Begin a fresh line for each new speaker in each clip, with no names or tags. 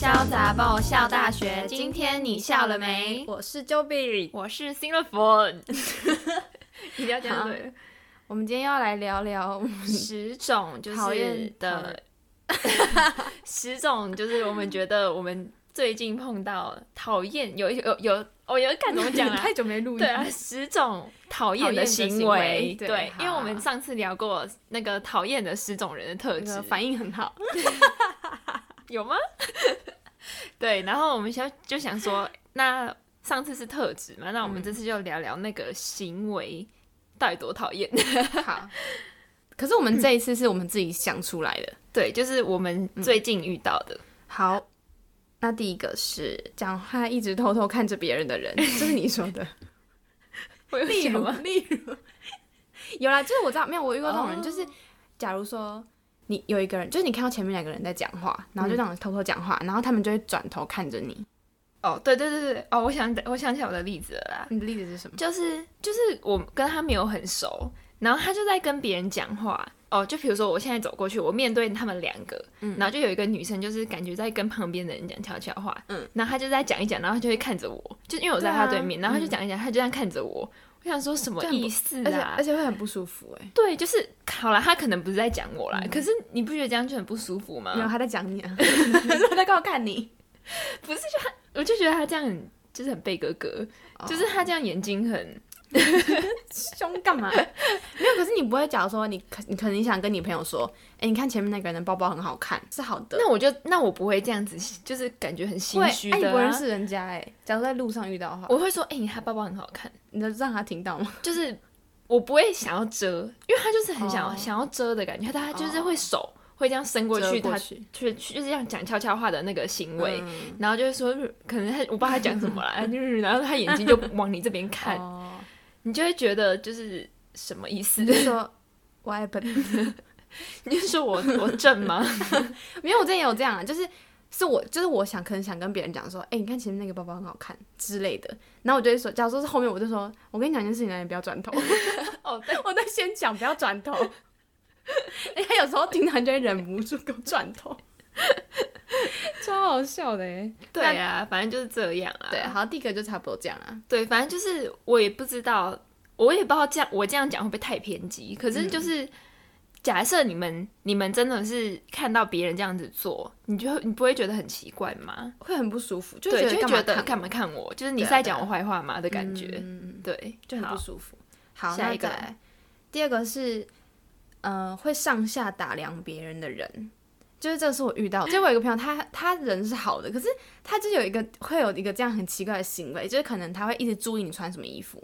交杂报笑大学，今天你笑了没？
我是 Joey，
我是新的 phone，一定要这样
好
对。
我们今天要来聊聊，
十种就
讨
是
厌
的，十种就是我们觉得我们最近碰到讨厌有有有，我有看 怎么讲啊？
太久没录音，
对啊，十种讨厌
厌
的
的
行
行为对
对，因为
好
我们上次聊过那个讨厌的十种人的特
那
质
个，反应很好。
有吗？ 对，然后我们想就想说，那上次是特质嘛，那我们这次就聊聊那个行为到底多讨厌。
好， 可是我们这一次是我们自己想出来的。
对，就是我们最近遇到的，
好，那第一个是讲话一直偷偷看着别人的 人，这是你说的。
我有
例
想
如
吗，
例如，有啦，就是我知道，没有我遇过这种人，
哦
就是假如说你有一个人，就是你看到前面两个人在讲话，然后就这样偷偷讲话，然后他们就会转头看着你。
哦，对对对对，哦，我想我想起来我的例子了啦，
你的例子是什么？
就是就是我跟他没有很熟，然后他就在跟别人讲话。哦，就比如说我现在走过去，我面对他们两个，
嗯
然后就有一个女生，就是感觉在跟旁边的人讲悄悄话，
嗯，
然后她就在讲一讲，然后她就会看着我，就因为我在她对嗯面，
对啊
然后她就讲一讲，她就这样看着我，我想说什么
这样不
意思
而且
啊
而？且会很不舒服哎、
对，就是好了，她可能不是在讲我啦，可是你不觉得这样就很不舒服吗？
没有，他在讲你 啊，他在高看你，
我就觉得她这样很就是很贝哥哥，就是她这样眼睛很
凶干嘛？ 没有，可是你不会讲说你可你可能想跟你朋友说，哎、你看前面那个人的包包很好看，是好的。
那我就那我不会这样子，就是感觉很心
会，
虚
哎、你
的、
不
啊。
认识人家哎、假如在路上遇到的话，
我会说，哎、你他包包很好看，
你能让他听到吗？
就是我不会想要遮，因为他就是很想要、
哦
想要遮的感觉，他就是会手、会这样伸过去，
折过
他
去
去去就是这样讲悄悄话的那个行为，
嗯
然后就会说，可能他我不知道他讲什 么啦，就是然后他眼睛就往你这边看，
哦，
你就会觉得就是什么意思
你？就说我爱本，
你是说我我正 吗？
没有，我之前也有这样啊，就是是我就是我想可能想跟别人讲说，哎、你看前面那个包包很好看之类的，然后我就会说，假如说是后面我就说，我跟你讲一件事情啊，你不要转头，
哦，对，
我在先讲不要转头。 哎、他有时候听到你就会忍不住给我转头， 超好笑的哎。
对啊，反正就是这样啊。
对，好，第一个就差不多这样啊。
对，反正就是我也不知道，我也不知道这样我这样讲会不会太偏激。可
嗯
是就是、假设你们你们真的是看到别人这样子做，你就你不会觉得很奇怪吗？
会很不舒服，就
对，就
会
会觉得
干
干
嘛
嘛看我？就是你
对啊
是在
对啊
讲我坏话吗的感觉？
嗯，嗯嗯
对，
就很
好
不舒服。好，
下
那
一个
再来第二个是，呃，会上下打量别人的人，就是这是我遇到，就我有一个朋友，他他人是好的，可是他就有一个会有一个这样很奇怪的行为，就是可能他会一直注意你穿什么衣服，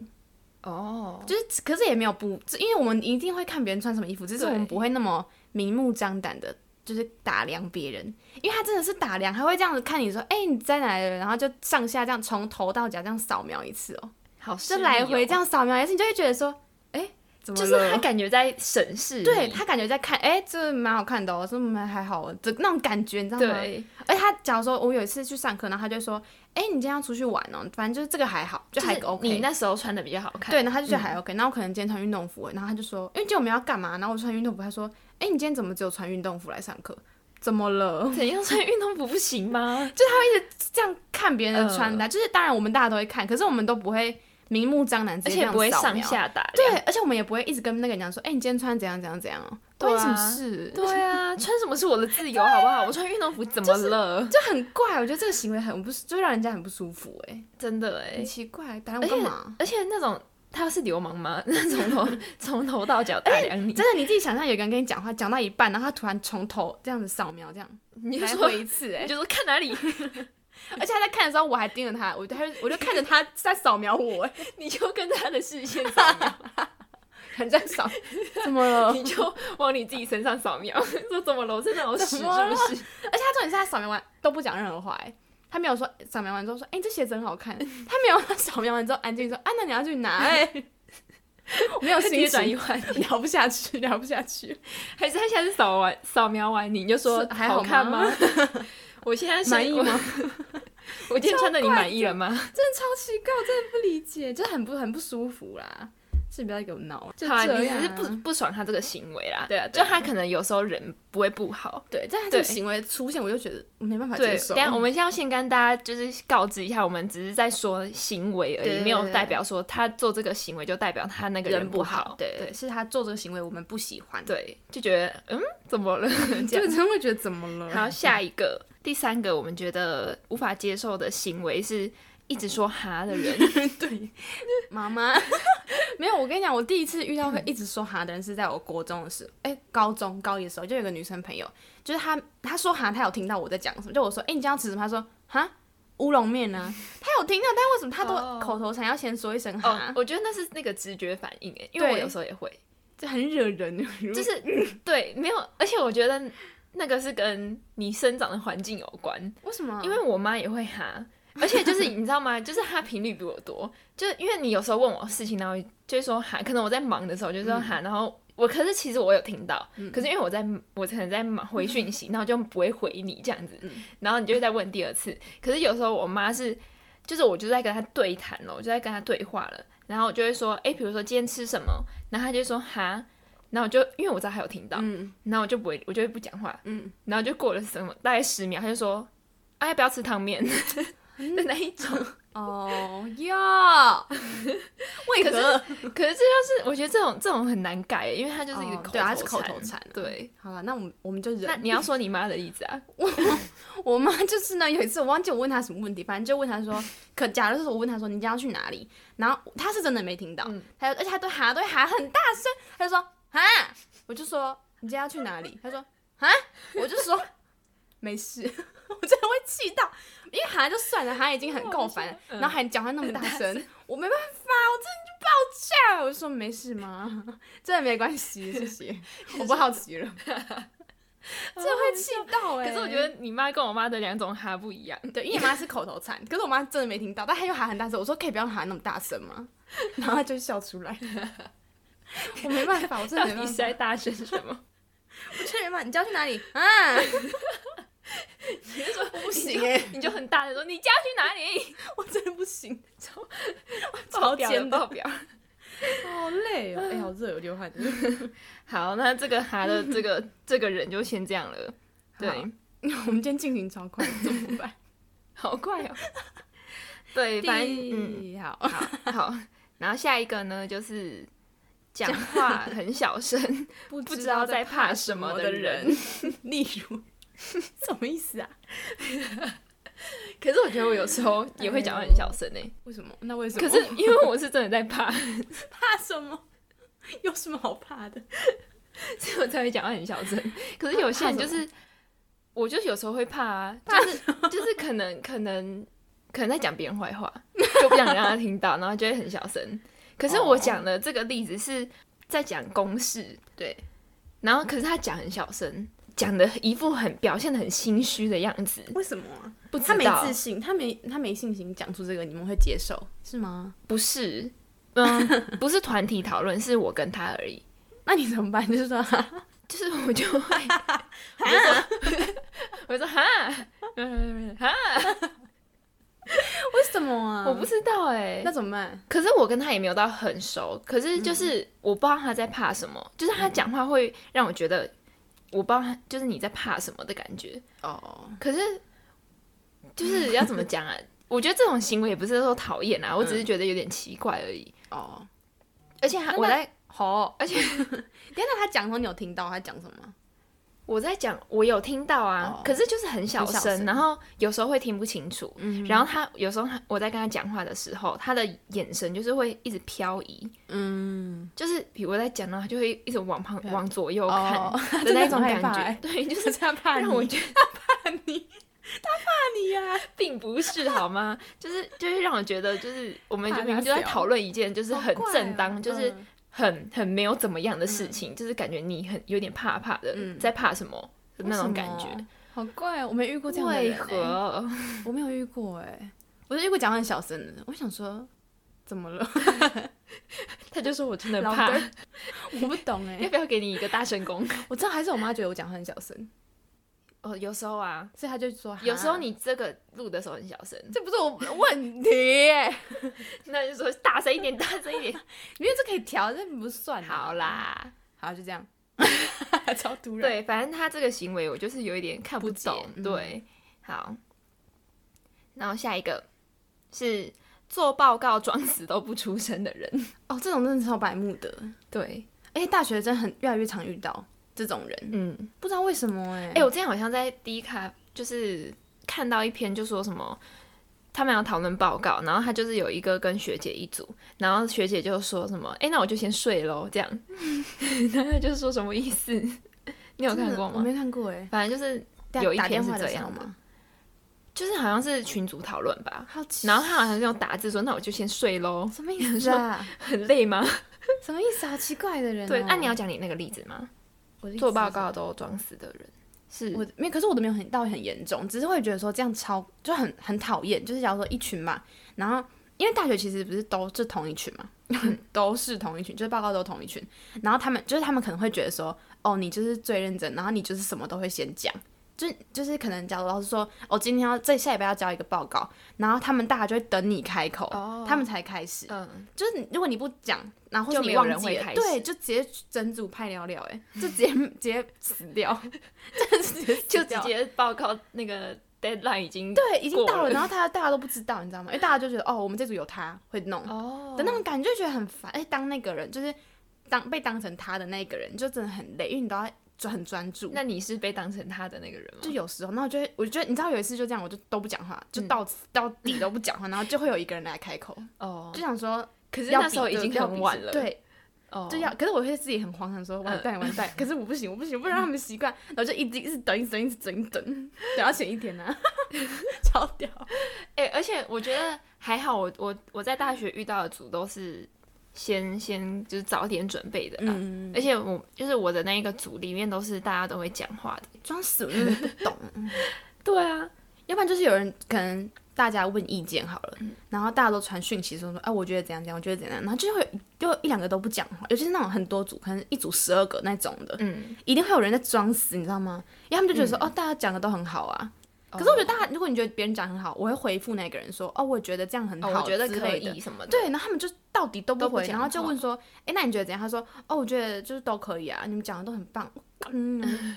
哦，
就是可是也没有不，因为我们一定会看别人穿什么衣服，只是
对
我们不会那么明目张胆的。就是打量别人，因为他真的是打量，他会这样子看你说，哎、你在哪里？然后就上下这样从头到脚这样扫描一次哦、
好，哦
就来回这，样扫描一次，你就会觉得说，哎、怎么
就
了？
是他感觉在审视你，
对他感觉在看，哎、这蛮好看的哦，这蛮还好哦，这那种感觉你知道吗？
对，
而且他假如说我有一次去上课，然后他就说，哎、你今天要出去玩哦，反正就是这个还好，就还
是
OK。
你那时候穿的比较好看，
对，然后他就觉得还 OK，那、我可能今天穿运动服，然后他就说，哎因为今天我们要干嘛？然后我穿运动服，他说，哎、你今天怎么只有穿运动服来上课？怎么了？
怎样穿运动服不行 吗？
这样看别人的穿
呃
搭，就是当然我们大家都会看，可是我们都不会明目张胆，
而
直接这
且
样
不会
扫
上
描
下打量，
对，而且我们也不会一直跟那个人讲说，哎、你今天穿怎样怎样怎样哦，
对啊
关你什么事？
对 啊，穿什么是我的自由，好不好？我穿运动服怎么了？
就很怪，我觉得这个行为很不舒，就让人家很不舒服、哎、
真的
很
哎，
奇怪，打
而
量
且
干嘛？
而且那种他是流 氓吗？ 那从头从头到脚打量你，
真的，你自己想象有个人跟你讲话，讲到一半，然后他突然从头这样子扫描，这样
你就
来
说
回一次、
你
哎，
就说看哪里，
而且他在看的时候，我还盯着他，我就他就我就看着他在扫描我、哎，
你就跟着他的视线扫描，
很在扫， 怎么了？
你就往你自己身上扫描， 说怎么了？我身上有屎是
怎么啊了
不是？
而且他重点是他扫描完都不讲任何话、哎，他没有说扫描完之后说，哎、这鞋子很好 看，他没有扫描完之后安静说，啊，那你要去拿，哎、我没有
直
心
接
情
转移话题，
聊不下去，聊不下去，
还是他下次扫完扫描完你你就说
是还好吗
看吗？ 我现在是
满意吗？？
我 我今天穿的你满意了吗？
真的超奇怪，我真的不理解，就很不很不舒服啦。是不要给我闹啊，就
好啦，
这
你
样
只
啊
是不不爽他这个行为啦。
对啊对
就
啊
他可能有时候人不会不好。
对，但他这个
对
行为出现，我就觉得没办法
对
接，受。嗯
等一下我们先要先跟大家就是告知一下，我们只是在说行为而
对对
已，
对
没有代表说他做这个行为就代表他那个
人
不
不好，
对
对，是他做这个行为我们不喜欢，，
对，就觉得嗯，怎 么了？这
就
样
真的会觉得怎么 了？
然后下一个，第三个，我们觉得无法接受的行为是一直说哈的人。
对，妈 妈没有。我跟你讲，我第一次遇到会一直说哈的人是在我国中的时候，哎、高中高一的时候，就有个女生朋友，就是她她说哈，她有听到我在讲什么，就我说，哎、你今天要吃什么？她说哈。乌龙面 呢？她有听到，但为什么她
哦
都口头禅要先说一声 哈
哦，我觉得那是那个直觉反应诶，因为
对
我有时候也会，
这很惹人。
就
就是
对，没有，而且我觉得那个是跟你生长的环境有关，
为什么？
因为我妈也会哈。而且就是你知道吗？就是她频率比我多，就是因为你有时候问我事情，然后就会说哈，可能我在忙的时候就说哈，然后我可是其实我有听到，可是因为我在我可能在忙回讯息，然后就不会回你这样子，然后你就会再问第二次。可是有时候我妈是，就是我就在跟她对谈了，我就在跟她对话了，然后我就会说，诶，比如说今天吃什么，然后她就说哈，然后我就因为我知道她有听到，
嗯
然后我就不会，我就会不讲话，
嗯，
然后就过了什么大概十秒，他就说：“哎、要不要吃 汤面？”的那一 种。
哦 哟，为
可是
何？
可是这就是我觉得这种这种很难改，欸因为他就是一个
哦
口头禅、
对啊它是口头禅啊
对，
好了，那我们我们就忍
那。你要说你妈的例子 啊？
我妈就是呢，有一次我忘记我问她什么问题，反正就问她说，可假如是我问她说你今天要去哪里，然后她是真的没听到，
嗯
她就而且她对喊对喊很大声，她就说啊，我就说你今天要去哪里，她说啊，我就说 没事， 我真的会气到，因为喊就算了，喊已经很够烦了，
嗯
然后还讲话那么大
很大
声，我没办法，我真的就爆炸了，我就说没事嘛， 真的没关系， 谢谢，我不好奇了， 真的会气到哎、
可是我觉得你妈跟我妈的两种哈不一样。
对，因为你妈是口头禅，可是我妈真的没听到，但她又喊很大声。我说可以不要喊那么大声吗？ 然后她就笑出来。我没办法，我真
到
的没
底
办
是
法，
在大声什 么？
我真的没办法。你家去哪里啊？我不行哎、
你就很大声说：“你家去哪里
我真的不行， 超？”
爆
超
表
尖
爆
的，
表。
好累哦，哎、好热，有流汗。
好，那这个哈的 这个这个人就先这样了。对，
好我们今天进行超快，怎么办？
好怪哦。对， 反正嗯。
第好，
好，然后下一个呢，就是讲话很小声，
不
不知道在怕什么的人。
例如， 什么意思啊？
可是我觉得我有时候也会讲话很小声诶、
为什么？那为什
可
么？
是因为我是真的在怕，
怕什么？ 有什么好怕的？
所以我才会讲话很小声。可是有些人就是，我就有时候会怕啊，就是就是可能可能可能在讲别人坏话，就不想让他听到，然后就会很小声。可是我讲的这个例子是在讲公事，
对，
然后可是他讲很小声，讲的一副很表现的很心虚的样子，
为什么啊？
不知
他没
道
自信，他没他没信心讲出这个，你们会接受是吗？
不是，嗯， 不是团体讨论，是我跟他而已。
那你怎么办？ 就是说，
就是我就会， 我就说， 我就说哈，嗯哈，
为什么啊
我不知道哎、
那怎么办？
可是我跟他也没有到很熟，可是就是
嗯
我不知道他在怕什么，就是他讲话会让我觉得我不知道他就是你在怕什么的感觉。
哦，
可是就是要怎 么讲啊？我觉得这种行为也不是说讨厌啊，我只是觉得有点奇怪而已。
哦，
而且他
嗯那
我在
好，
而且
等一下那他讲的时候你有听到他讲什么吗？
我在讲，我有听到啊，
哦
可是就是很小
很小
声，
声
然后有时候会听不清楚。
嗯
然后他有时候他我在跟他讲话的时候，他的眼神就是会一直漂移，
嗯，
就是比如我在讲到，他就会一直往旁
对啊
往左右看
哦，
的那
真的
种
很害
感
怕
觉。
欸
对，就
就是
是
他怕
让
让
我
我
觉得哎
怕你， 他怕你呀，
并不是 好吗？就是就是让我觉得就是我们就
怕他
明明就在
小
讨论一件就是很
好怪哦
正当，就是
嗯
很很没有怎么样的事情，就是感觉你很有点怕怕的，
嗯
在怕什么的那种感觉。
为什么好怪哦，我没遇过这样的
为
人欸，
何？
我没有遇过哎，我就遇过讲话很小声的，我想说怎么了？
他就说我真的
老
怕，
根 我不懂哎
要，不要给你一个大神功？
我知道还是我妈觉得我讲话很小声，
哦，有时候啊，
所以他就说，
有时候
哈
你这个录的时候很小声，
这不是我的问题欸耶，
那就说大声一点，大声一点。
因为这可以调，这不算啊。
好啦，
好，就这 样，超突然。
对，反正他这个行为我就是有一点看
不
解
懂。嗯
对，好，然后下一个是做报告装死都不出声的人。
哦，这种真的超白目的。
对，
哎、大学真的很越来越常遇到这种人，
嗯，
不知道为什么哎、
哎、我之前好像在第一卡就是看到一篇，就说什么他们要讨论报告，然后他就是有一个跟学姐一组，然后学姐就说什么，哎、那我就先睡喽，这样，然 后他就说什么意思？ 你有
真
看
的
过
我
吗？
没看过哎、
反正就是
打
有一
打
篇
电
是
话的
这
时
样
候
的
吗？
就是好像是群组讨论吧，
好奇，
然后他好像是用打字说，那我就先睡喽，
什么意思 啊？
很累吗？
什么意思？好奇怪的人、哦。
对，啊那、你要讲你那个例子吗？
我的意思
做
是
报告都装死的人是
我没有，可是我的没有很到很严重，只是会觉得说这样超就很很讨厌。就是假如说一群嘛，然后因为大学其实不是都是同一群嘛，
嗯
都是同一群，就是报告都同一群。然后他们就是他们可能会觉得说，哦，你就是最认真，然后你就是什么都会先讲。就就是可能，假如老师说，哦，今天要这下礼拜要交一个报告，然后他们大家就会等你开口
哦
他们才开始。
嗯，
就是如果你不讲，然后或
就是没
你
有
忘
人
记
会
了，
开
对，
始
就直接整组派聊聊，哎，就直 接直接死掉，真的是直接死
就直
掉
接报告那个 deadline 已经
对，已经
过
到了，
了
然后大家大家都不知道，你知道吗？因为大家就觉得哦，我们这组有他会弄
哦
的那种感觉，就觉得很烦。哎，当那个人就是当被当成他的那个人，就真的很累，因为你都要就很专注。
那你是被当成他的那个人吗？
就有时候，那我就会，我觉得你知道有一次就这样，我就都不讲话，就到、到底都不讲话，然后就会有一个人来开口，
嗯哦
就，想说
可是
要
那时候
比
已
就
经
要
很
比
晚
是
了，，
对，
哦，
就要，可是我会自己很慌，想说完蛋完蛋，可是我不行，我不行，我不能让他们习惯，然后就一直一直等，一直等，一直等，一直等，等到前一天呢、啊， 超屌。
哎、而且我觉得还好我，我我在大学遇到的组都是先先就是早点准备的啦。
嗯，
而且我就是我的那一个组里面都是大家都会讲话的，
装死我真的不懂，
对啊，
要不然就是有人可能大家问意见好了，然后大家都传讯息说说，哎、我觉得怎样怎样，我觉得怎样，然后就会有就有一两个都不讲话，尤其是那种很多组，可能一组十二个那种的，
嗯，
一定会有人在装死，你知道吗？因为他们就觉得说，哦，大家讲的都很好啊。
哦
可是我觉得大家，如果你觉得别人讲很好，我会回复那个人说，哦，我觉得这样很好、
哦、我觉得
之
可
类的
以什么的，
对，然后他们就到底都不
都不
回，
讲
然后就
话
问说：“哎，那你觉得怎样？”他说：“哦，我觉得就是都可以啊，你们讲的都很 棒。嗯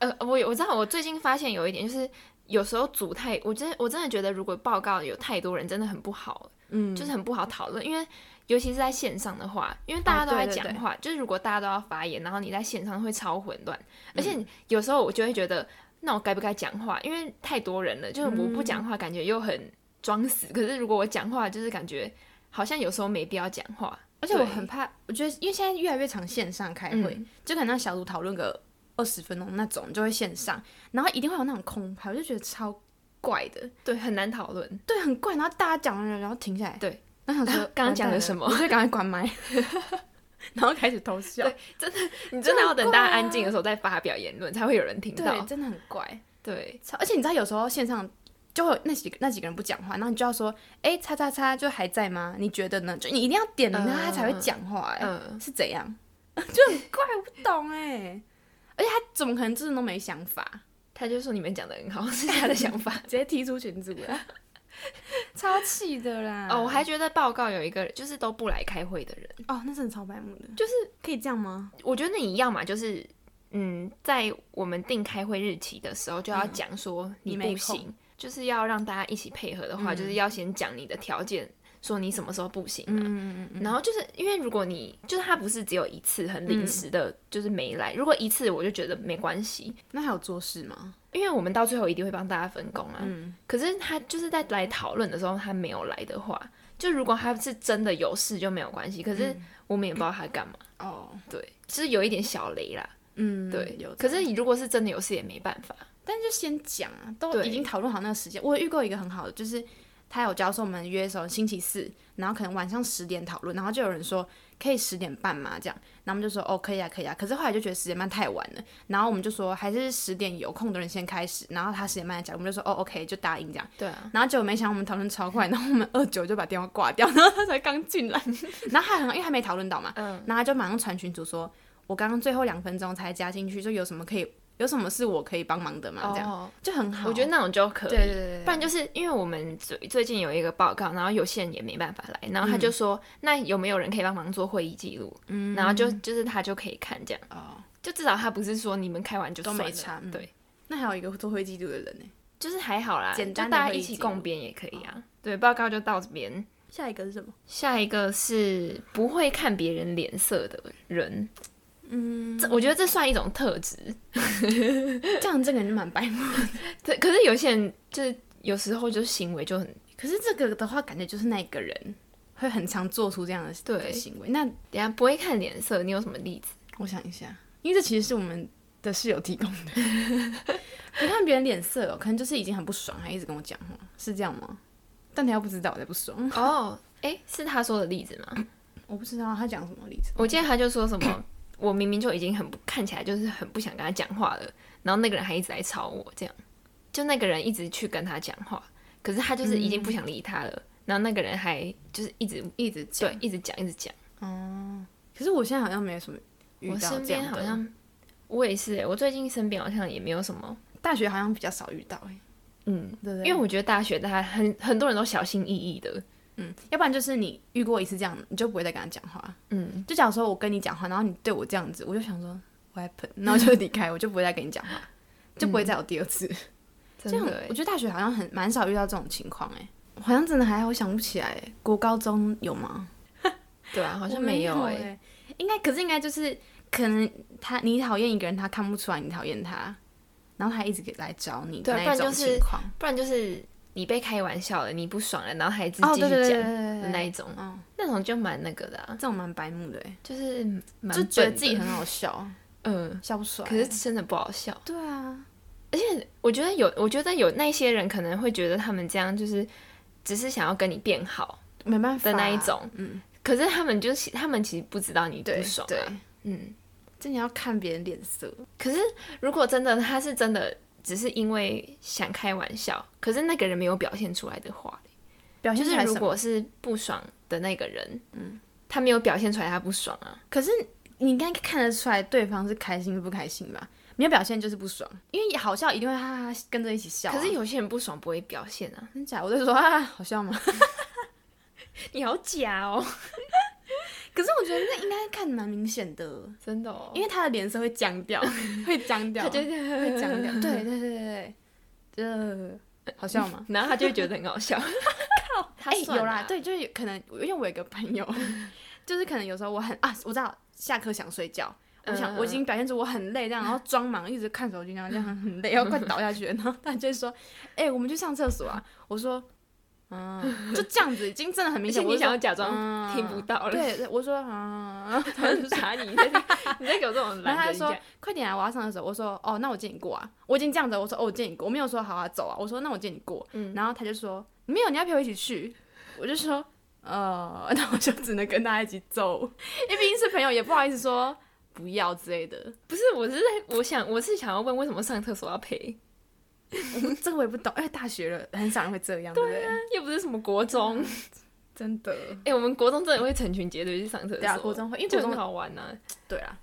呃，我我知道，我最近发现有一点就是，有时候组太，我真的我真的觉得，如果报告有太多人，真的很不好，”
嗯，
就是很不好讨论，因为尤其是在线上的话，因为大家都在
哦对对
讲
对
话，就是如果大家都要发言，然后你在线上会超混
嗯
乱，而且有时候我就会觉得，那我该不该讲话？因为太多人了，就是我不
嗯
讲话，感觉又很装死，可是如果我讲话，就是感觉好像有时候没必要讲话，
而且我
对
很怕，我觉得因为现在越来越常线上开会，
嗯
就可能让小组讨论个二十分钟那种就会线上，然后一定会有那种空拍，我就觉得超怪的，
对，很难讨论。
对，很怪。然后大家讲完了，然后停下来，
对，啊
然后想说
刚刚
完蛋
讲了
了
什么
我就赶快关 麦，然后开始偷笑，
对你真的要等大家安静的时候再发表言论，才会有人听
啊对，
到。
真的很怪。
对，
超而且你知道，有时候线上就会有那几个那几个人不讲话，然后你就要说，哎、叉叉叉就还在吗？你觉得呢？就你一定要点名，
嗯
然后他才会讲话、哎、
嗯
是怎样？ 就很怪，我不懂哎、而且他怎么可能真的都没想法，，
他就说你们讲的很好，是他的想 法。
直接踢出群组了， 超气的啦！
哦，我还觉得报告有一个就是都不来开会的人，
哦，那真的超白目的，
就是
可以这样吗？
我觉得你一样嘛，就是嗯，在我们定开会日期的时候就要讲说
你没嗯
不行，就是要让大家一起配合的话，就是要先讲你的条件，说你什么时候不行啊。
嗯嗯嗯
然后就是因为如果你就是他不是只有一次很临时的，就是没来。如果一次我就觉得没关系，
嗯，那还有做事吗？
因为我们到最后一定会帮大家分工啊。
嗯，
可是他就是在来讨论的时候，他没有来的话，就如果他是真的有事就没有
嗯
关系。可是我们也不知道他干嘛，
哦，
对，就是有一点小雷啦，
嗯，
对。
有这
可
样。
是你如果是真的有事也没办法，
但就先讲啊，都
对
已经讨论好那个时间。我有遇过一个很好的，就是他有教说我们约的时候星期四，然后可能晚上十点讨论，然后就有人说可以十点半嘛，这样，然后我们就说哦可以啊可以啊，可是后来就觉得十点半太晚了，然后我们就说还是十点有空的人先开始，然后他十点半来讲，我们就说哦 OK 就答应这样，
对啊，
然后结果没想到我们讨论超快，然后我们二九就把电话挂掉，然后他才刚进来， 然后他很因为还没讨论到嘛，
嗯，
然后他就马上传群主说，我刚刚最后两分钟才加进去，就有什么可以有什么是我可以帮忙的吗？这样
哦，
就很好。
我觉得那种就可以。
对对对对，
不然就是因为我们最最近有一个报告，然后有些人也没办法来，然后他就说，那有没有人可以帮忙做会议记录？
嗯
然后就就是他就可以看这样，
哦，
就至少他不是说你们开完就
都
算
没
了
差嗯
对，
那还有一个做会记录的人呢。
就是还好啦，
简单
就
的
大家
会议
一起
记录哦
共编也可以啊。对，报告就到这边。
下一个是什么？
下一个是不会看别人脸色的人，
嗯，
这我觉得这算一种特质。
这样这个人就蛮白目。
对，可是有些人就是有时候就是行为就很
可是这个的话，感觉就是那个人会很常做出这样的
对
的行为。那
等一下不会看脸色，你有什么例子？
我想一下，因为这其实是我们的室友提供的。 不看别人脸色哦，可能就是已经很不爽，还一直跟我讲话，是这样吗？但他又不知道我在不爽，
哦，哎，是他说的例子吗？
我不知道他讲什么例子。
我记得他就说什么，我明明就已经很不看起来就是很不想跟他讲话了，然后那个人还一直来吵我，这样，就那个人一直去跟他讲话，可是他就是已经不想理他了，然后那个人还就是一直
一直讲
对，一直讲一直讲。
可是我现在好像没有什么遇
我
到
身
这样
边
的，
好像我也是、欸，我最近身边好像也没有什么，
大学好像比较少遇到、欸，
嗯，
对不对？
因为我觉得大学大家很很多人都小心翼翼的，
嗯，要不然就是你遇过一次这样，你就不会再跟他讲话。
嗯，
就假如说我跟你讲话，然后你对我这样子，我就想说 what happened，然后就离开，我就不会再跟你讲 话，就不会再有第二次。
真
这样
的、欸
我觉得大学好像很蛮少遇到这种情况哎、我好像真的还好想不起来、欸，国高中有吗？
对啊，好
好
像没有哎、
欸应该可是应该就是可能他你讨厌一个人，他看不出来你讨厌他，然后他一直给来找你
对
的那一
啊不然
种
就是
情况。
不然就是你被开玩笑了，你不爽了，然后还一直
哦，
继续
对对对对
讲
对
的
对
那
对，
一种，
嗯，
那种就蛮那个的、啊，
这种蛮白目的欸，
就是蛮
就觉得
笨的
自己很好笑，
嗯，
笑不出来。
可是真的不好笑。
对啊，
我觉得有，我觉得有那些人可能会觉得他们这样就是只是想要跟你变好
没办法
的那一，种，
嗯，
可是他们就是他们其实不知道你不
对
爽、啊，
对，
嗯。
真的要看别人脸色。
可是如果真的他是真的只是因为想开玩笑，可是那个人没有表现出来的话，
表
就
现出
是
来
如
什么？
果是不爽的那个人，嗯，他没有表现出来他不爽啊，
可是你应该看得出来对方是开心不开心吧？没有表现就是不爽，因为好笑一定会哈哈哈跟着一起笑啊、
可是有些人不爽不会表现啊，
真假？我 就说啊，好笑吗？
你好假哦，
可是我觉得那应该看得蛮明显的，
真的哦，
因为他的脸色会僵 掉，会僵掉，
他就
会
会
僵掉。 对对对对对，这好笑吗？
然后他就会觉得很好笑。他
哎、
算
有啦
啊，
对，就是有可能，因为我有一个朋 友，就是可能有时候我很啊，我知道下课想睡觉，我
嗯
想、我已经表现出我很累这样，然后装忙一直看手机，然后这样很 累，要快倒下去了，然后他就会说，哎、我们去上厕 所啊，我说，嗯，就这样子，已经真的很明
而且
显，我
你
就
想
说嗯
要假装 听不到了，
对，对我说啊，
他们打你，你在你在给我这种
然后他
懒
就
人
说
家，
快点来，啊我要上厕所。我说哦，那我借你过啊。我已经这样子了，我说哦，我借你过，我没有说好啊，走啊。我说那我借你过，
嗯
然后他就说没有，你要陪我一起去。我就说呃， 那我就只能跟他一起走，因为毕竟是朋友，也不好意思说不要之类的。
不是，我是在我想我是想要问为什么上厕所要陪，
我不 这个我也不懂，因为大学了，很少人会这样，对不啊对？
又不是什么国中，
真的，
哎，我们国中真的会成群结队去上厕所，
对啊，国中会，因为
就
国
很
中
好玩呐。
对啊，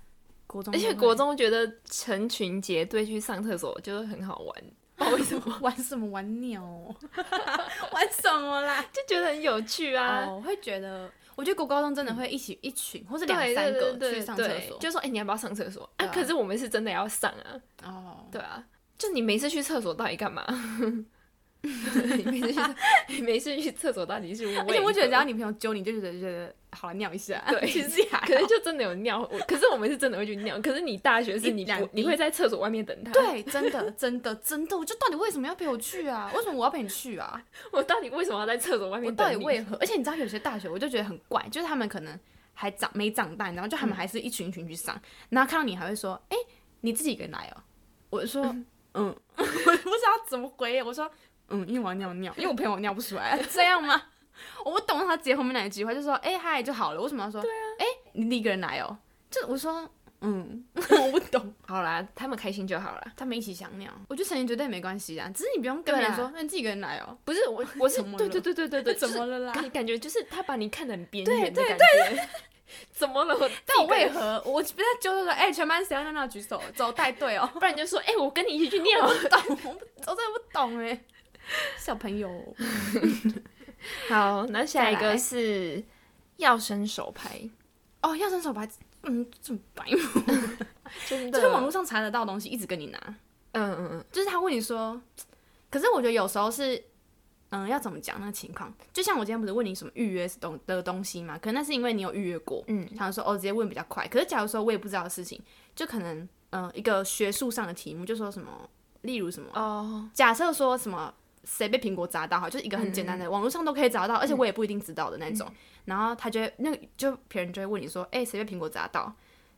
国中
而且
会
国中觉得成群结队去上厕所就是很好玩，不知道为什 么
玩什么玩鸟哦， 玩什么啦？
就觉得很有趣啊。
哦，我会觉得，我觉得国高中真的会一起一群或者
对
两
对
三个
对对
去上厕
对
所，
就说哎、你要不要上厕所啊
对？啊
可是我们是真的要上啊，
哦，
对啊，就你每次去厕所到底干嘛？ 你每次去厕 你每次去厕所到底是为何？
而且我觉得只要女朋友揪你，就觉得觉得好了尿一下，
对
其实也还好
可是就真的有尿，我可是我们是真的会去尿，可是你大学是
一
你
两
不
滴
你会在厕所外面等他。，
对，真的真的真的，我就到底为什么要陪我去啊？为什么我要陪你去啊？
我到底为什么要在厕所外
我
面
到底
等你？
为何？而且你知道有些大学我就觉得很怪，就是他们可能还长没长大，然后就他们还是一群一群去上，然后看到你还会说，哎、你自己一个人来哦、我就说，嗯， 我不知道怎么回，我说，嗯，因为我要尿尿，因为我朋友我尿不出来， 这样吗？我不懂他直接后面那一句话，就说，哎、嗨就好了，为什么要说，对啊，哎、你一个人来哦、就我说， 嗯，我不懂，
好啦，他们开心就好啦。
他们一起想尿，我觉得成年绝对没关系啊，只是你不用跟别人
对啦
说，那你自己一个人来哦、
不 是我，我是
怎么了
对对对对对对，
怎么了啦？
感感觉就是他把你看得很边
对
缘的
对
感觉， 怎么了？我
但我为
自己
何我不在揪这个？哎、全班谁要尿尿举手，走带队哦。
跟？不然你就说，哎、我跟你一起去尿。
我真的不懂哎，小朋友。
好，那下一
再
个
来
是要伸手牌，
哦，要伸手牌，嗯，这么白目，
真
就
的，
是网络上查得到的东西，一直跟你拿。
嗯嗯嗯，
就是他问你说，可是我觉得有时候是，嗯，要怎么讲那个情况？就像我今天不是问你什么预约东的东西嘛，可能那是因为你有预约过，
嗯，
想说哦直接问比较快。可是假如说我也不知道的事情，就可能嗯、呃一个学术上的题目，就说什么，例如什么，
哦，
假设说什么谁被苹果砸到，哈，就是一个很简
嗯
单的，网络上都可以找到，而且我也不一定知道的那种。然后他就会那个就别人就会问你说，哎、谁被苹果砸到？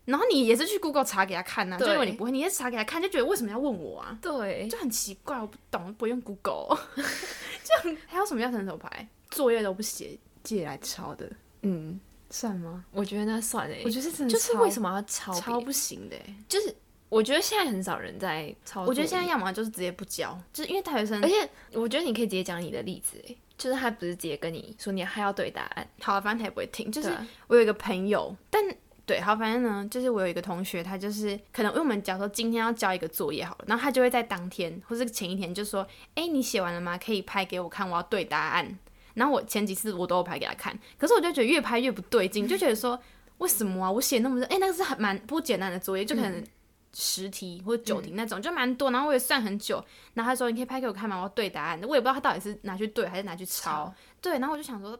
然后你也是去 Google 查给他看呐、啊，就
对
因为你不会，你也是查给他看，就觉得为什么要问我啊？
对，
就很奇怪，我不懂，不用 Google，就很还有什么要伸手牌，作业都不写，借来抄的，
嗯，
算吗？
我觉得那算哎
我，觉得真的
就是
超
为什么要抄别？
抄不行的欸？
就是我觉得现在很少人在抄，
我觉得现在。要么就是直接不交，就是因为大学生
哦而，且我觉得你可以直接讲你的例子，哎，就是他不是直接跟你说你还要对答案，
好了，反正他也不会听。就
就是是
我有一个朋友，但对，好，反正呢，就是我有一个同学，他就是可能因为我们假如说今天要交一个作业好了，然后他就会在当天或是前一天就说，哎、你写完了吗？可以拍给我看，我要对答案。然后我前几次我都有拍给他看，可是我就觉得越拍越不对劲，就觉得说为什么啊？我写那么多，哎、那个是很蛮不简单的作业，就可能十题或者九题那种，就蛮多。然后我也算很久，然后他说你可以拍给我看吗？我要对答案。我也不知道他到底是拿去对还是拿去抄
抄。
对，然后我就想说，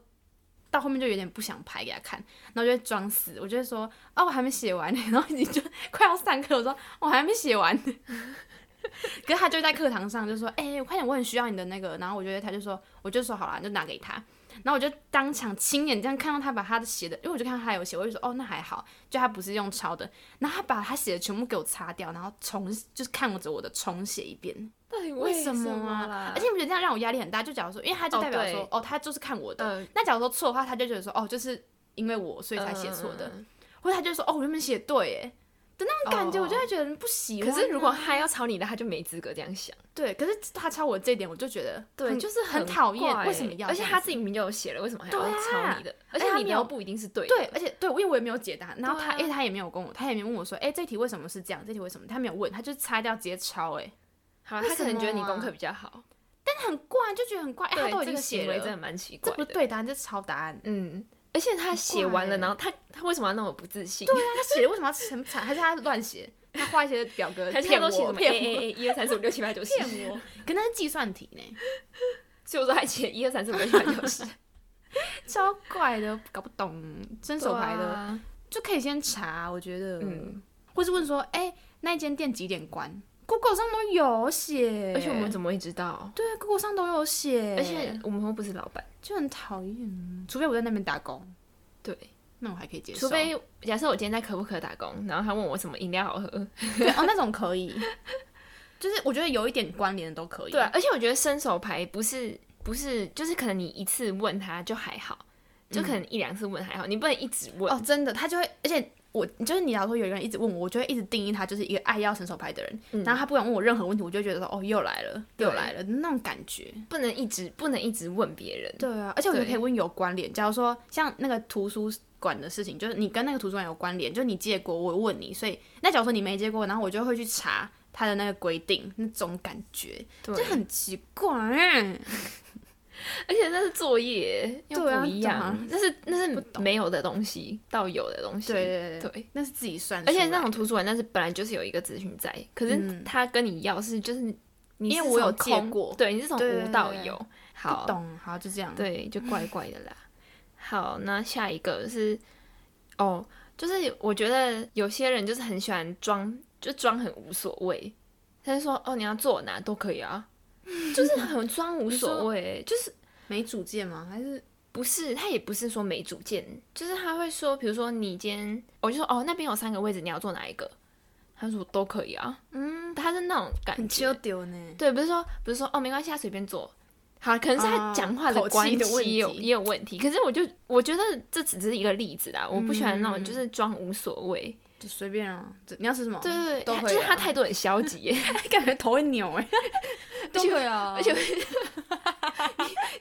到后面就有点不想拍给他看，然后就会装死，我就会说啊我还没写完呢， 然后你就快要上课，我说哦我还没写完呢。可是他就在课堂上就说：“哎、我快点，我很需要你的那个。”然后我觉得他就说：“我就说好了，就拿给他。”然后我就当场亲眼这样看到他把他的写的，因为我就看到他有写，我就说：“哦，那还好，就他不是用抄的。”然后他把他写的全部给我擦掉，然后重就是看着我的重写一遍。
到底
为什
什
么
么
啊
啦？？
而且你不觉得这样让我压力很大？就假如说，因为他就
哦
代表
对
说，哦，他就是看我的。
呃，
那假如说错的话，他就觉得说，哦，就是因为我所以才写错
嗯
的，或者他就说，哦，我原本写对，哎的那种感觉，
哦
我就会觉得不喜欢
可
啊。
是如果他要抄你的，他就没资格这样想。
对，可是他抄我这一点，我就觉得很
就是
很讨
讨
厌
厌，
为什么要
而且
这样
他
子
自己明明就有写了，为什么还
对
要
啊
抄你的？而且
他
你
没
的
有
又不一定是对的。
对，而且对，因为我也没有解答，然后他，
对啊
因为他也没有跟我，他也没问我说，哎，这题为什么是这样，这题为什么？他没有问，他就擦掉直接抄，哎，
好，
为
他可
什
能觉得
么
你功
啊
课比较好，
但很怪，就觉得很怪，哎，他
对
都已
这
经
个
写
行为真的
了，
蛮奇怪
这
的。
不对答案，这是抄答案。
嗯，而且他写
怪
完了，
欸
然后他他为什么要那么不自信？
对啊，他写的为什么要很惨？还是他乱写？他画一些表格
还是
骗
他都
我，
写什么 A
骗我
A A 一二三四五六七八 九十？
骗我，可那是计算题呢，
所以我说他写一二三四五六七八九 十，
超怪的，搞不懂，伸手牌的、
的，
就可以先查，我觉得，
嗯，
或是问说，哎、那一间店几点关？Google 上都有写，
而且我们怎么会知道？
对啊，Google 上都有写，
而且我们又不是老板，
就很讨厌，除非我在那边打工，
对，
那我还可以接受，
除非假设我今天在可不可打工，然后他问我什么饮料好喝，
对哦那种可以，就是我觉得有一点关联的都可以，
对啊，而且我觉得伸手牌不是不是，就是可能你一次问他就还好，就可能一两次问还好，你不能一直问。
嗯哦，真的，他就会，而且我就是你，假如说有一个人一直问我，我就会一直定义他就是一个爱要伸手牌的人，然后他不管问我任何问题，我就会觉得说，哦，又来了，又
对
来了那种感觉。
不能一直不能一直问别人。
对啊，而且我觉得
对
可以问有关联，假如说像那个图书馆的事情，就是你跟那个图书馆有关联，就是你借过，我问你，所以那假如说你没借过，然后我就会去查他的那个规定，那种感觉
对
就很奇怪。欸
而且那是作业，又
对啊
不一
干
样
嘛，
那是那是没有的东西到有的东西。
对对对
对。
那是自己算出
而
来的，
且那种图书馆，那是本来就是有一个资讯在，可是
嗯
他跟你要是就是你是
因为我有
从空
借过
对，你是从
对对对
无到
对
有，好
不，懂，好就这样。
对，就怪怪的啦。好，那下一个是哦，就是我觉得有些人就是很喜欢装，就装很无所谓。他就说：“哦，你要坐哪都可以啊，就是很装无所谓，就是
没主见吗？还是
不是他也不是说没主见，就是他会说，比如说你今天，我就说哦那边有三个位置，你要坐哪一个？他说都可以啊，嗯，他是那种感
很
觉，
丢丢呢？
对，不是说不是说哦，没关系，他随便做。好，可能是他
哦
讲话的
口气
关
的问
系也有、
题
也有问题。可是我就我觉得这只是一个例子啦，我不喜欢那种
嗯
就是装无所谓。
就随便啊，这你要吃什么？
对对对，
都
他
可
就
以
是他
啊
态度很消极耶，
欸 哦 感觉头会扭哎、都可以啊，
而且
你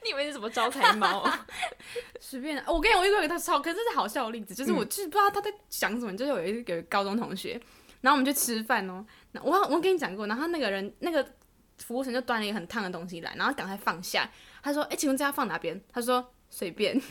你以 为是什么招财猫 啊？
随便啊、我跟你讲，我遇到一个超，可是这是好笑的例子，就是我就是不知道他在想什么，就是有一个高中同学，然后我们去吃饭哦，那我我跟你讲过，然后那个人那个服务生就端了一个很烫的东西来，然后赶快放下，他说：“哎、请问这要放哪边？”他说：“随便。”你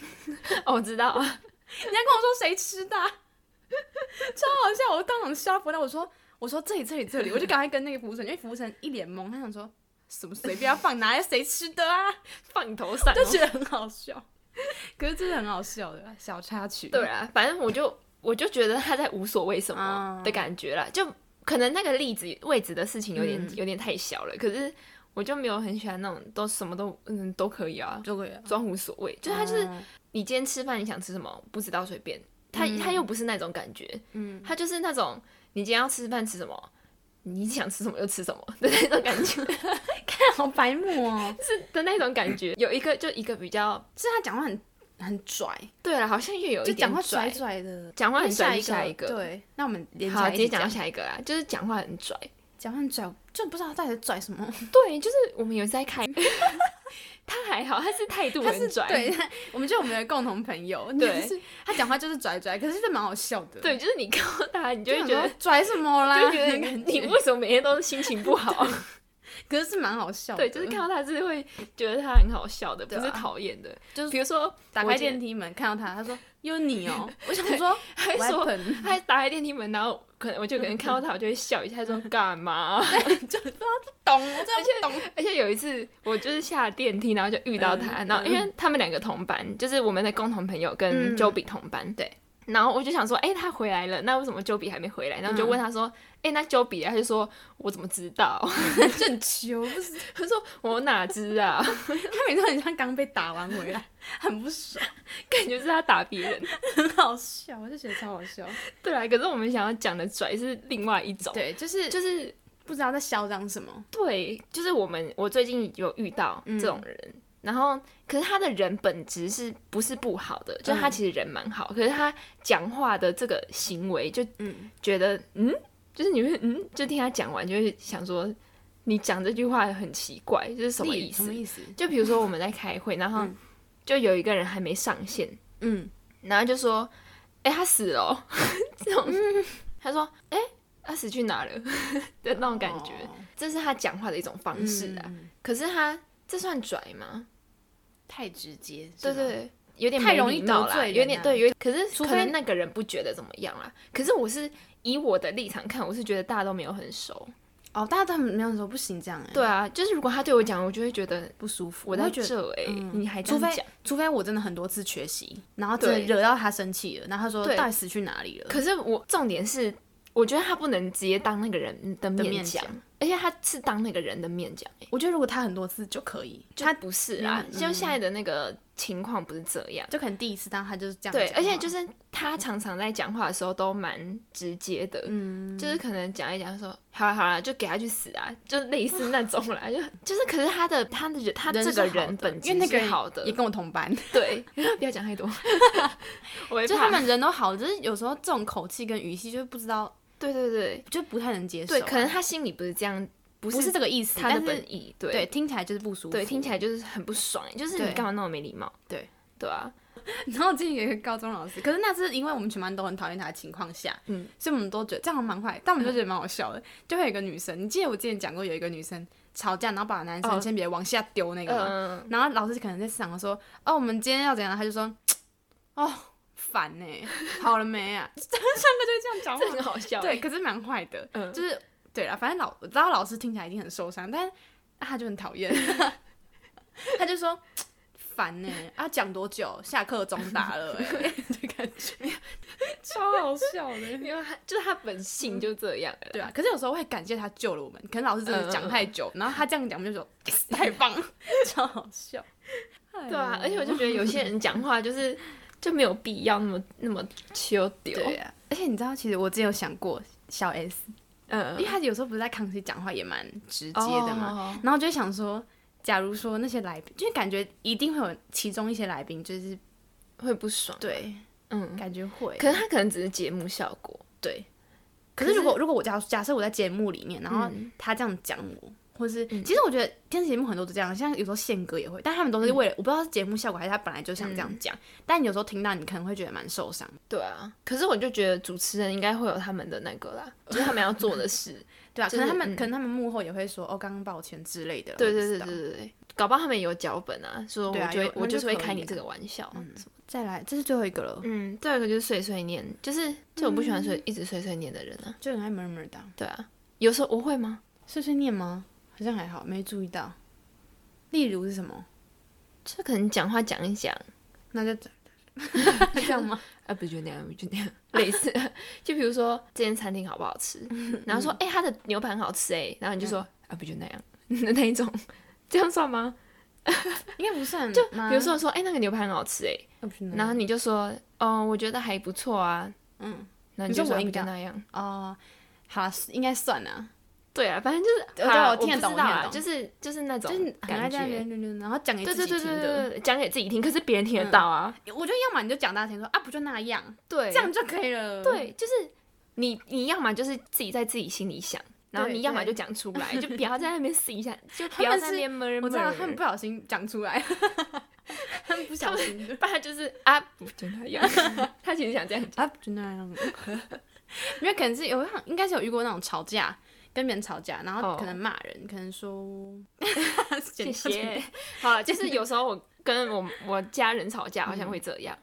哦，我知道，
还跟我说谁吃的啊、 超好笑！我当场笑疯了。我说：“我说这里这里这里。”我就赶快跟那个服务生，因为服务生一脸懵，他想说什么随便要放哪来谁吃的啊？
放你头上、
就
哦。
觉得很好笑。 可是这是很好笑的小插曲。
对啊，反正我就我就觉得他在无所谓什
啊
么的感觉啦，就可能那个例子位置的事情有点、
嗯
有点太小了，可是我就没有很喜欢那种都什么都嗯都可以啊，
就可以了。
装无所谓，就他
哦
就是、你今天吃饭你想吃什么不知道随便，他、
嗯
他又不是那种感觉，嗯，他就是那种你今天要吃饭吃什么。你想吃什么就吃什么 的那种感觉，
好白目 哦，
是的那种感 觉。有一个就一个比较，
是他讲话很很拽，
对了，好像又有一
就
点
讲话
拽
拽拽的。
讲话很
下
拽。下一个，
对，那我们连
好，
来
直
一
接
起
讲
讲
到，下一个啦，就是讲话 很拽。
讲话很拽，就不知道他到底在拽什 么。
对，就是我们有 在开，他还好，他是态度
他是
很拽，
对， 他我们就我们的共同朋友，
对
就是他讲话就是拽拽，可是这蛮好笑的。，
对就是你看到他，你就会
想
觉得
说。拽什么啦？
就会觉得
那感
你
觉
你为什么每天都是心情不好？
可是是蛮好笑的。
对，就是看到他是会觉得他很好笑的，不
对啊
是讨厌的。
就是
比如说
打
我
开
今天
电梯门看到他，他说有你 哦，我想说，
还说
weapon
他打开电梯门，然后可能我就可能看到他，我就会笑一 下，说干嘛？
懂，我真的懂。
而且有一次，我就是下电梯，然后就遇到他，
嗯
然后因为他们两个同班，就是我们的共同朋友跟
嗯
Joey 同班，对。然后我就想说，哎、他回来了，那为什么 Joey 还没回来？
嗯
然后就问他说，哎、那 Joey，他就说，我怎么知道？
正球，不是
他说我哪知啊？
他每次都很像刚被打完回来， 很不爽，
感觉是他打别人。
很 好笑，我就觉得超好笑。
对啊，可是我们想要讲的拽是另外一种，
对，就是就
就是
不知道在嚣张什么。
对，就是我们我最近有遇到
嗯
这种人，然后可是他的人本质是不是不好的？就
嗯
他其实人蛮好，可是他讲话的这个行为就
嗯，
觉得嗯，就是你会嗯，就听他讲完就会想说，你讲这句话很奇怪，这是什么
例
意思？
意思？
就比如说我们在开会，然后
嗯
就有一个人还没上线，
嗯，
然后就说：“哎、他死了、哦。” 这种，
嗯
他说：“哎、他死去哪了？” 的那
嗯
种感觉，
哦
这是他讲话的一种方式啊。可是他这算拽吗？
太直接，
对对，对，有点
太
没
容
礼
易
貌
得
啦
罪人
有点
啊
对，有点可是
除
可
非
能那个人不觉得怎么样啦。可是我是以我的立场看，我是觉得大家都没有很熟。
哦，大家他们没有说不行这样哎，
对，啊，就是如果他对我讲，我就会觉得
不舒服，
我
会
在
觉得。
这哎、
嗯
你还这
除
样
非
讲。
除非我真的很多次缺席，然后真的
对
惹到他生气了，然后他说
对
到底死去哪里了？
可是我重点是，我觉得他不能直接当那个人的
面
面讲
讲，
而且他是当那个人的面讲、欸，
我觉得如果他很多次就可以，
他不是啊，
嗯嗯
就现在的那个情况不是这样。
就可能第一次当他就是这样
对，
讲
而且
话
就是他常常在讲话的时候都蛮直接的，
嗯，
就是可能讲一讲说，好了好了，就给他去死啊，就类似那种啦，就就是可是他的他的人他这个
是好的
人本质
因为那个
是
人
好的
也，跟我同班，
对，不要讲太 多，我会
就
怕
他们人都好，只是有时候这种口气跟语气就是不知道，
对对对
就不太能接受啊、
对，可能他心里不是这样，不
不是
是
这个意思，
他的
但是
本意，对
对听起来就是不舒服，
对，听起来就是很不爽，欸就是
对
你干嘛那么没礼貌？
对
对啊，
然后之前有一个高中老师，可是那是因为我们全班都很讨厌他的情况下，
嗯
所以我们都觉得这样蛮坏，但我们就觉得蛮好笑的。就会有一个女生，你记得我之前讲过有一个女生吵架，然后把男生
哦
先别往下丢那个吗？
嗯，
然后老师可能在想说，哦，我们今天要怎样，他就说，哦，烦呢、欸好了没啊？上课就这样
这
讲话，
很好笑。欸
对，，可是蛮坏的，
嗯
就是对啦，反正老我知道老师听起来已经很受伤，但他就很讨 厌，他就说烦呢、啊讲多久？下课钟打了哎、 欸，就感觉超好笑的。嗯
因为他就是他本性就这样了。
对啊，可是有时候会感谢他救了我们，可能老师真的讲太
嗯
久，然后他这样讲，我们就说 yes，太棒， 超好笑。哎
对啊，而且我就觉得有些人讲 话就是就没有必要那么那么羞丢。
对啊，而且你知道，其实我之前有想过小 S，因为
嗯，哦
他有时候不是在康熙讲话也蛮直接的嘛，
嘛，
然后就会想说，假如说那些来宾，就是感觉一定会有其中一些来宾，就是
会不爽。，
对，
嗯，
感觉会。
可是他可能只是节目效果。
对，可
可
是
是
如果如果我假假设我在节目里面，然后
嗯
他这样讲我，或是、其实我觉得电视节目很多都这样，像有时候宪哥也会，但他们都
嗯
是为了、我不知道是节目效果还是他本来就想这样讲，但有时候听到你可能会觉得蛮受伤，
对啊，可是我就觉得主持人应该会有他们的那个 啦，就是他们要做的事。
对啊，
就
可能
是
他们、
嗯
可能他们幕后也会说哦，刚刚抱歉之类的，
对
我不
对
知
对
道
对对对，搞不好他们也有脚本啊，说我
对啊
就会、
有
我
那就
就是会
可以
开你
啊
这个玩笑。
再来，这是最后一个了，
嗯，第二个就是碎碎念，就是就我不
嗯
喜欢碎、一直碎碎念的人啊。
就很爱 murmur 的啊，
对啊，有时候我会吗？
碎碎念吗？好像还好，没注意到。例如是什么？
就可能讲话讲一讲，
那就 这样吗？
啊，不就那样，不就那样，类似。 就比如说这间餐厅好不好吃，然后说哎、欸它的牛排很好吃哎、然后你就说、啊，不就那样 的那一种，这样算吗？
应该不算。就
比如，说说哎、欸那个牛排很好吃哎、
啊不是
然后你就说哦，我觉得还不错啊，
嗯，
然后
你
就
说我
啊
应
不就
该
那样。
哦，好啦，应该算啦，
对啊，反正就是，
我
好啦
我听得
不
懂我
知道
听得
啊
懂
就是就是那种
就是很爱
感
在那
觉
边，溜溜然后讲给
对
自
对
己
对
听
对
的。
对，对讲给自己听，可是别人听得到啊，
我觉得要么你就讲大声说啊，不就那样，
对，
这样就可以了。，
对，就是你你要么就是自己在自己心里想，然后
对
你要么
对
就讲出来，就不要在那边试一下，就
他
不要
们
在
是
那边闷
我
闷
知。道他们不小心讲出来，他们不小心的
不然就是啊，不就那样。 他其实想这样 讲，
啊，不就那样。 因为可能是有，应该是有遇过那种吵架，跟别人吵架，然后
哦
可能骂人，可能说
谢
谢
谢。好了，就是有时候我跟我我家人吵架，好像
嗯
会这样，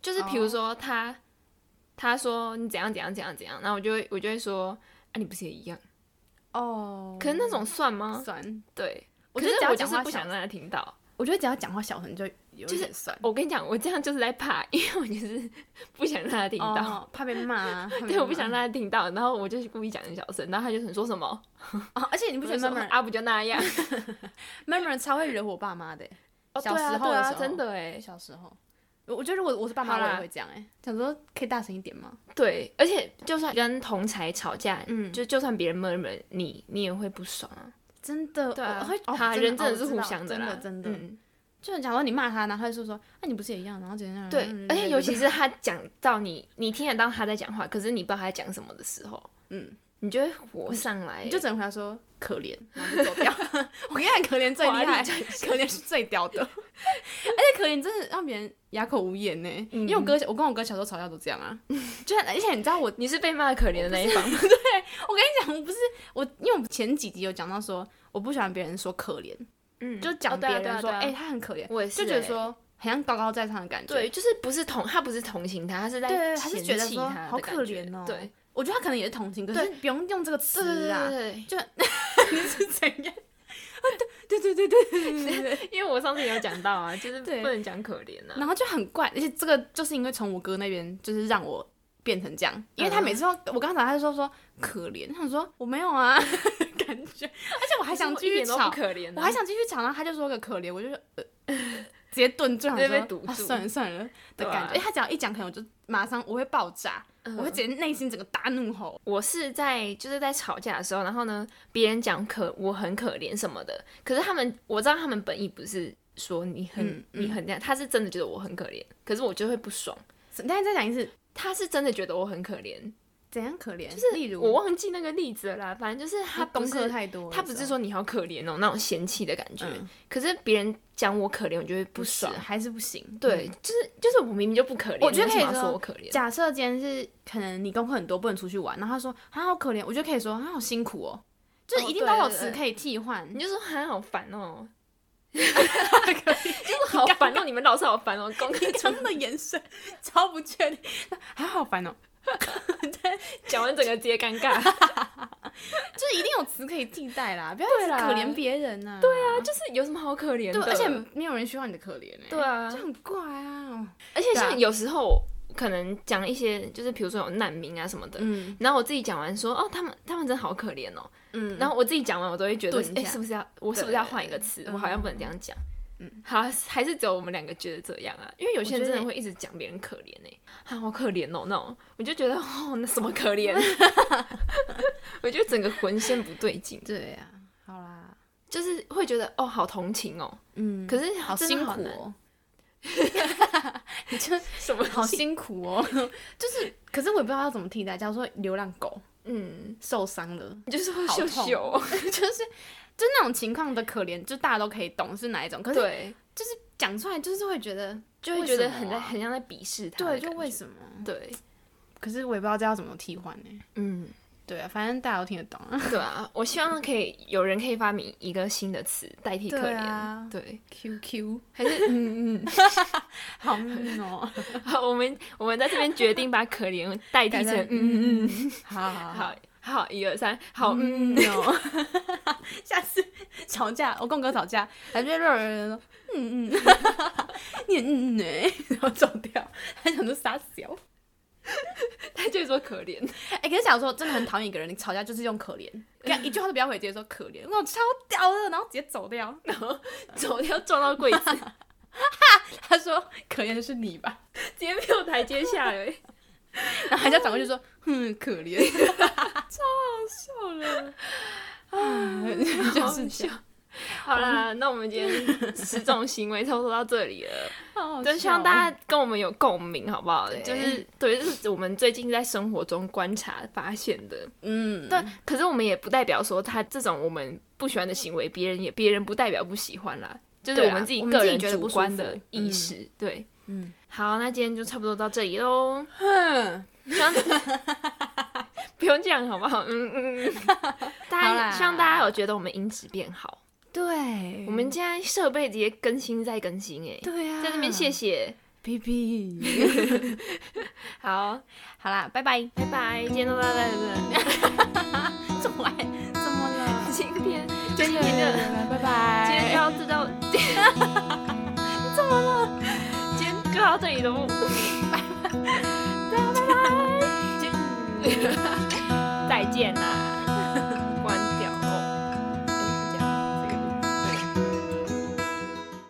就是比如
哦
说他他说你怎样怎样怎样怎样，然后我就会我就会说啊，你不是也一样？
哦，
可是那种算吗？
算，
对，
我
可
觉得
是
只要
我就
讲
是
话
不
小
想让他听到。
我觉得只要讲话小声就有
就
一
是
点 酸，
我跟你讲，我这样就是在怕，因为我就是 不想让他听到。
哦，怕被骂啊。怕被
对，我不想
骂
让他听到，然后我就故意讲很小声，然后他就很说什么，
哦，而且你
你
不觉得
说
murmur
啊不就 那样？
murmur 超会惹我爸妈的欸？
哦
小
对啊
时候
对
的
啊
时候
真的哎，
小时候，我我觉得如果我是爸妈，
好
我
啦
也会这样哎，想说可以大声一点吗？
对，而且就算跟同才吵架，
嗯
就就算别人闷闷你，你也会不爽啊。
真的，
对啊
我会哦
哈人真的是
哦我知
互
道
相
真
啦，
的真的。
嗯，
就假如你骂他，然后他就说说，那你不是也一样？然后怎样？
对
嗯，
而且尤 其是他讲到你，你听得到他在讲话，可是你不知道他在讲什么的时候，
嗯，
你就会火上来欸，
你就只能回答说可怜，然后就走掉。 我跟你讲，可怜最厉
华丽
害，
转
可怜是最屌 的，而且可怜真的让别人哑口无言呢。
嗯
因为我哥，我跟我哥小时候吵架都这样 啊，就而且你知道我，
你是被骂可怜的那一方吗，
我跟你讲，我不是我，因为我们前几集有讲到说，我不喜欢别人说可怜，
嗯
就讲别人说，，
哦对啊
哎、
对啊对啊
他很可怜，
我也是
就觉得
欸
说很像高高在上的感觉。
对，，就是不是同他不是同情他，他是在
对对对他
嫌
是
弃
觉得说
他的
好
感
可
觉
怜哦
对
我觉得他可能也是同情，可是
对
不用用这个词啊，
对
是怎样？对 对对对对对对对
对， 因为我上次有讲到啊，就是
对
不能讲可怜啊，
然后就很怪，而且这个就是因为从我哥那边，就是让我变成这样，因为他
嗯
每次都我刚才他就说说可怜，他想说我没有啊， 感觉，而且我还想
我
继
一
续
点都不
吵，
可怜啊，
我还想继续吵，然后他就说个可怜，我就说呃， 直接顿住，
直接
想
被
说
堵
啊
住
算了算了的
对啊
感觉。因为他只要一讲，可能我就马上我会爆炸，
嗯
我会直接内心整个大怒吼。
我是在就是在吵架的时候，然后呢，别人讲可我很可怜什么的，可是他们我知道他们本意不是说你很、
嗯嗯
你很这样，他是真的觉得我很可怜，可是我就会不爽，
但是再讲一次，
他是真的觉得我很可怜，
怎样可怜？就
就是
例如
我忘记那个例子了啦，反正就是他
他
不
功课
是
太多的时候，
他不是说你好可怜哦那种嫌弃的感觉，
嗯
可是别人讲我可怜，我就会不
不是
爽。
还是不行，
对，就是就是我明明就不可怜，
我觉得
你为什
可
么
以说
要说我可怜。
假设今天是可能你功课很多不能出去玩，然后他说他好可怜，我觉得可以说他好辛苦哦，就是一定都有词可以替换。
你就说还好烦 哦，就是好烦哦，你们老师好烦哦，功课
刚刚的眼 神超不确定，还好烦哦，
讲完整个直接尴 尬，
就是一定有词可以替代 啦，不要一
对
直
啦
可怜别人呐、啊。对啊，
就是有什么好可怜的？嗯
对，而且没有人需要你的可怜哎、
对啊
就很怪啊。
而且
对啊
像有时候可能讲一些，就是比如说有难民啊什么的。
嗯
然后我自己讲完说，哦，他们他们真的好可怜哦。
嗯，
然后我自己讲完，我都会觉得
顿，一
哎，
下
是不是要我是不是要换一个词？
对
我好像不能这样讲。嗯，好，还是只有我们两个觉得这样啊，因为有些人
我觉得
真的会一直讲别人可怜哎，啊，好可怜哦，那种我就觉得哦，那什么可 怜，我觉得整个浑身不对劲，
对啊，好啦，
就是会觉得哦，好同情哦，
嗯，
可是
好
真
辛
的
苦
难
哦。 你就
什么
好辛苦哦，就是，可是我也不知道要怎么替代。假如说流浪狗，
嗯，
受伤了，
就是会
好
秀
痛
秀哦，
就是就那种情况的可怜，就大家都可以懂是哪一种。可是
对，
讲出来就是会觉得，
就会觉得
为什么啊
很在、很像在鄙视他的
对，
感觉，
就为什么？
对，
可是我也不知道这要怎么替换欸呢、
嗯，
对啊，反正大家都听得懂 啊。
对啊，我希望可以有人可以发明一个新的词代替可
对
怜，
啊
对，
QQ，
还是
嗯嗯， 好嗯哦，
好，我们我们在这边决定把可怜代替
改
成
成
嗯嗯嗯，
好好
好好，一二三，好，嗯，
嗯哦， 下次吵架，我跟我哥吵架，还觉得有人说嗯 嗯，你嗯嗯哎， 然后走掉，他想说傻小，
他 就说可怜，
哎、可是想说真的很讨厌一个人，你吵架就是用可怜，干一句话都不要回，直接说可怜，我超屌的，然后直接走掉，
然后走掉撞到柜子，
他说可怜的是你吧，
直接没有台阶下来，
然后还要转过去说哼可 怜，
笑了，
就是这样。
好啦，那我们今天十种行为差不多到这里了。
真
真希望大家跟我们有共鸣，好不好？就是对，这是我们最近在生活中观察发现的。
嗯，
但可是我们也不代表说他这种我们不喜欢的行为，别人也别人不代表不喜欢啦，就是
对
我
啊
们自己
我们
个
自己
人
觉得
主
不舒
观
服
的意识。对，
嗯，
好，那今天就差不多到这里喽。
哼，
希望不用这样，好不好？嗯 嗯，嗯大
好
家
啦
希望大家有觉得我们音质变好，
对，
我们现在设备直接更新再更新、欸，哎，
对啊，
在那边谢谢，
P P，
好。
好啦，拜拜，
拜拜，今天都到这里了，
怎么怎么了？
今天就 今天就
拜
今天
拜，
就到这 到，你怎么了？ 今天就到这里了，
今天
再见啦。哦哎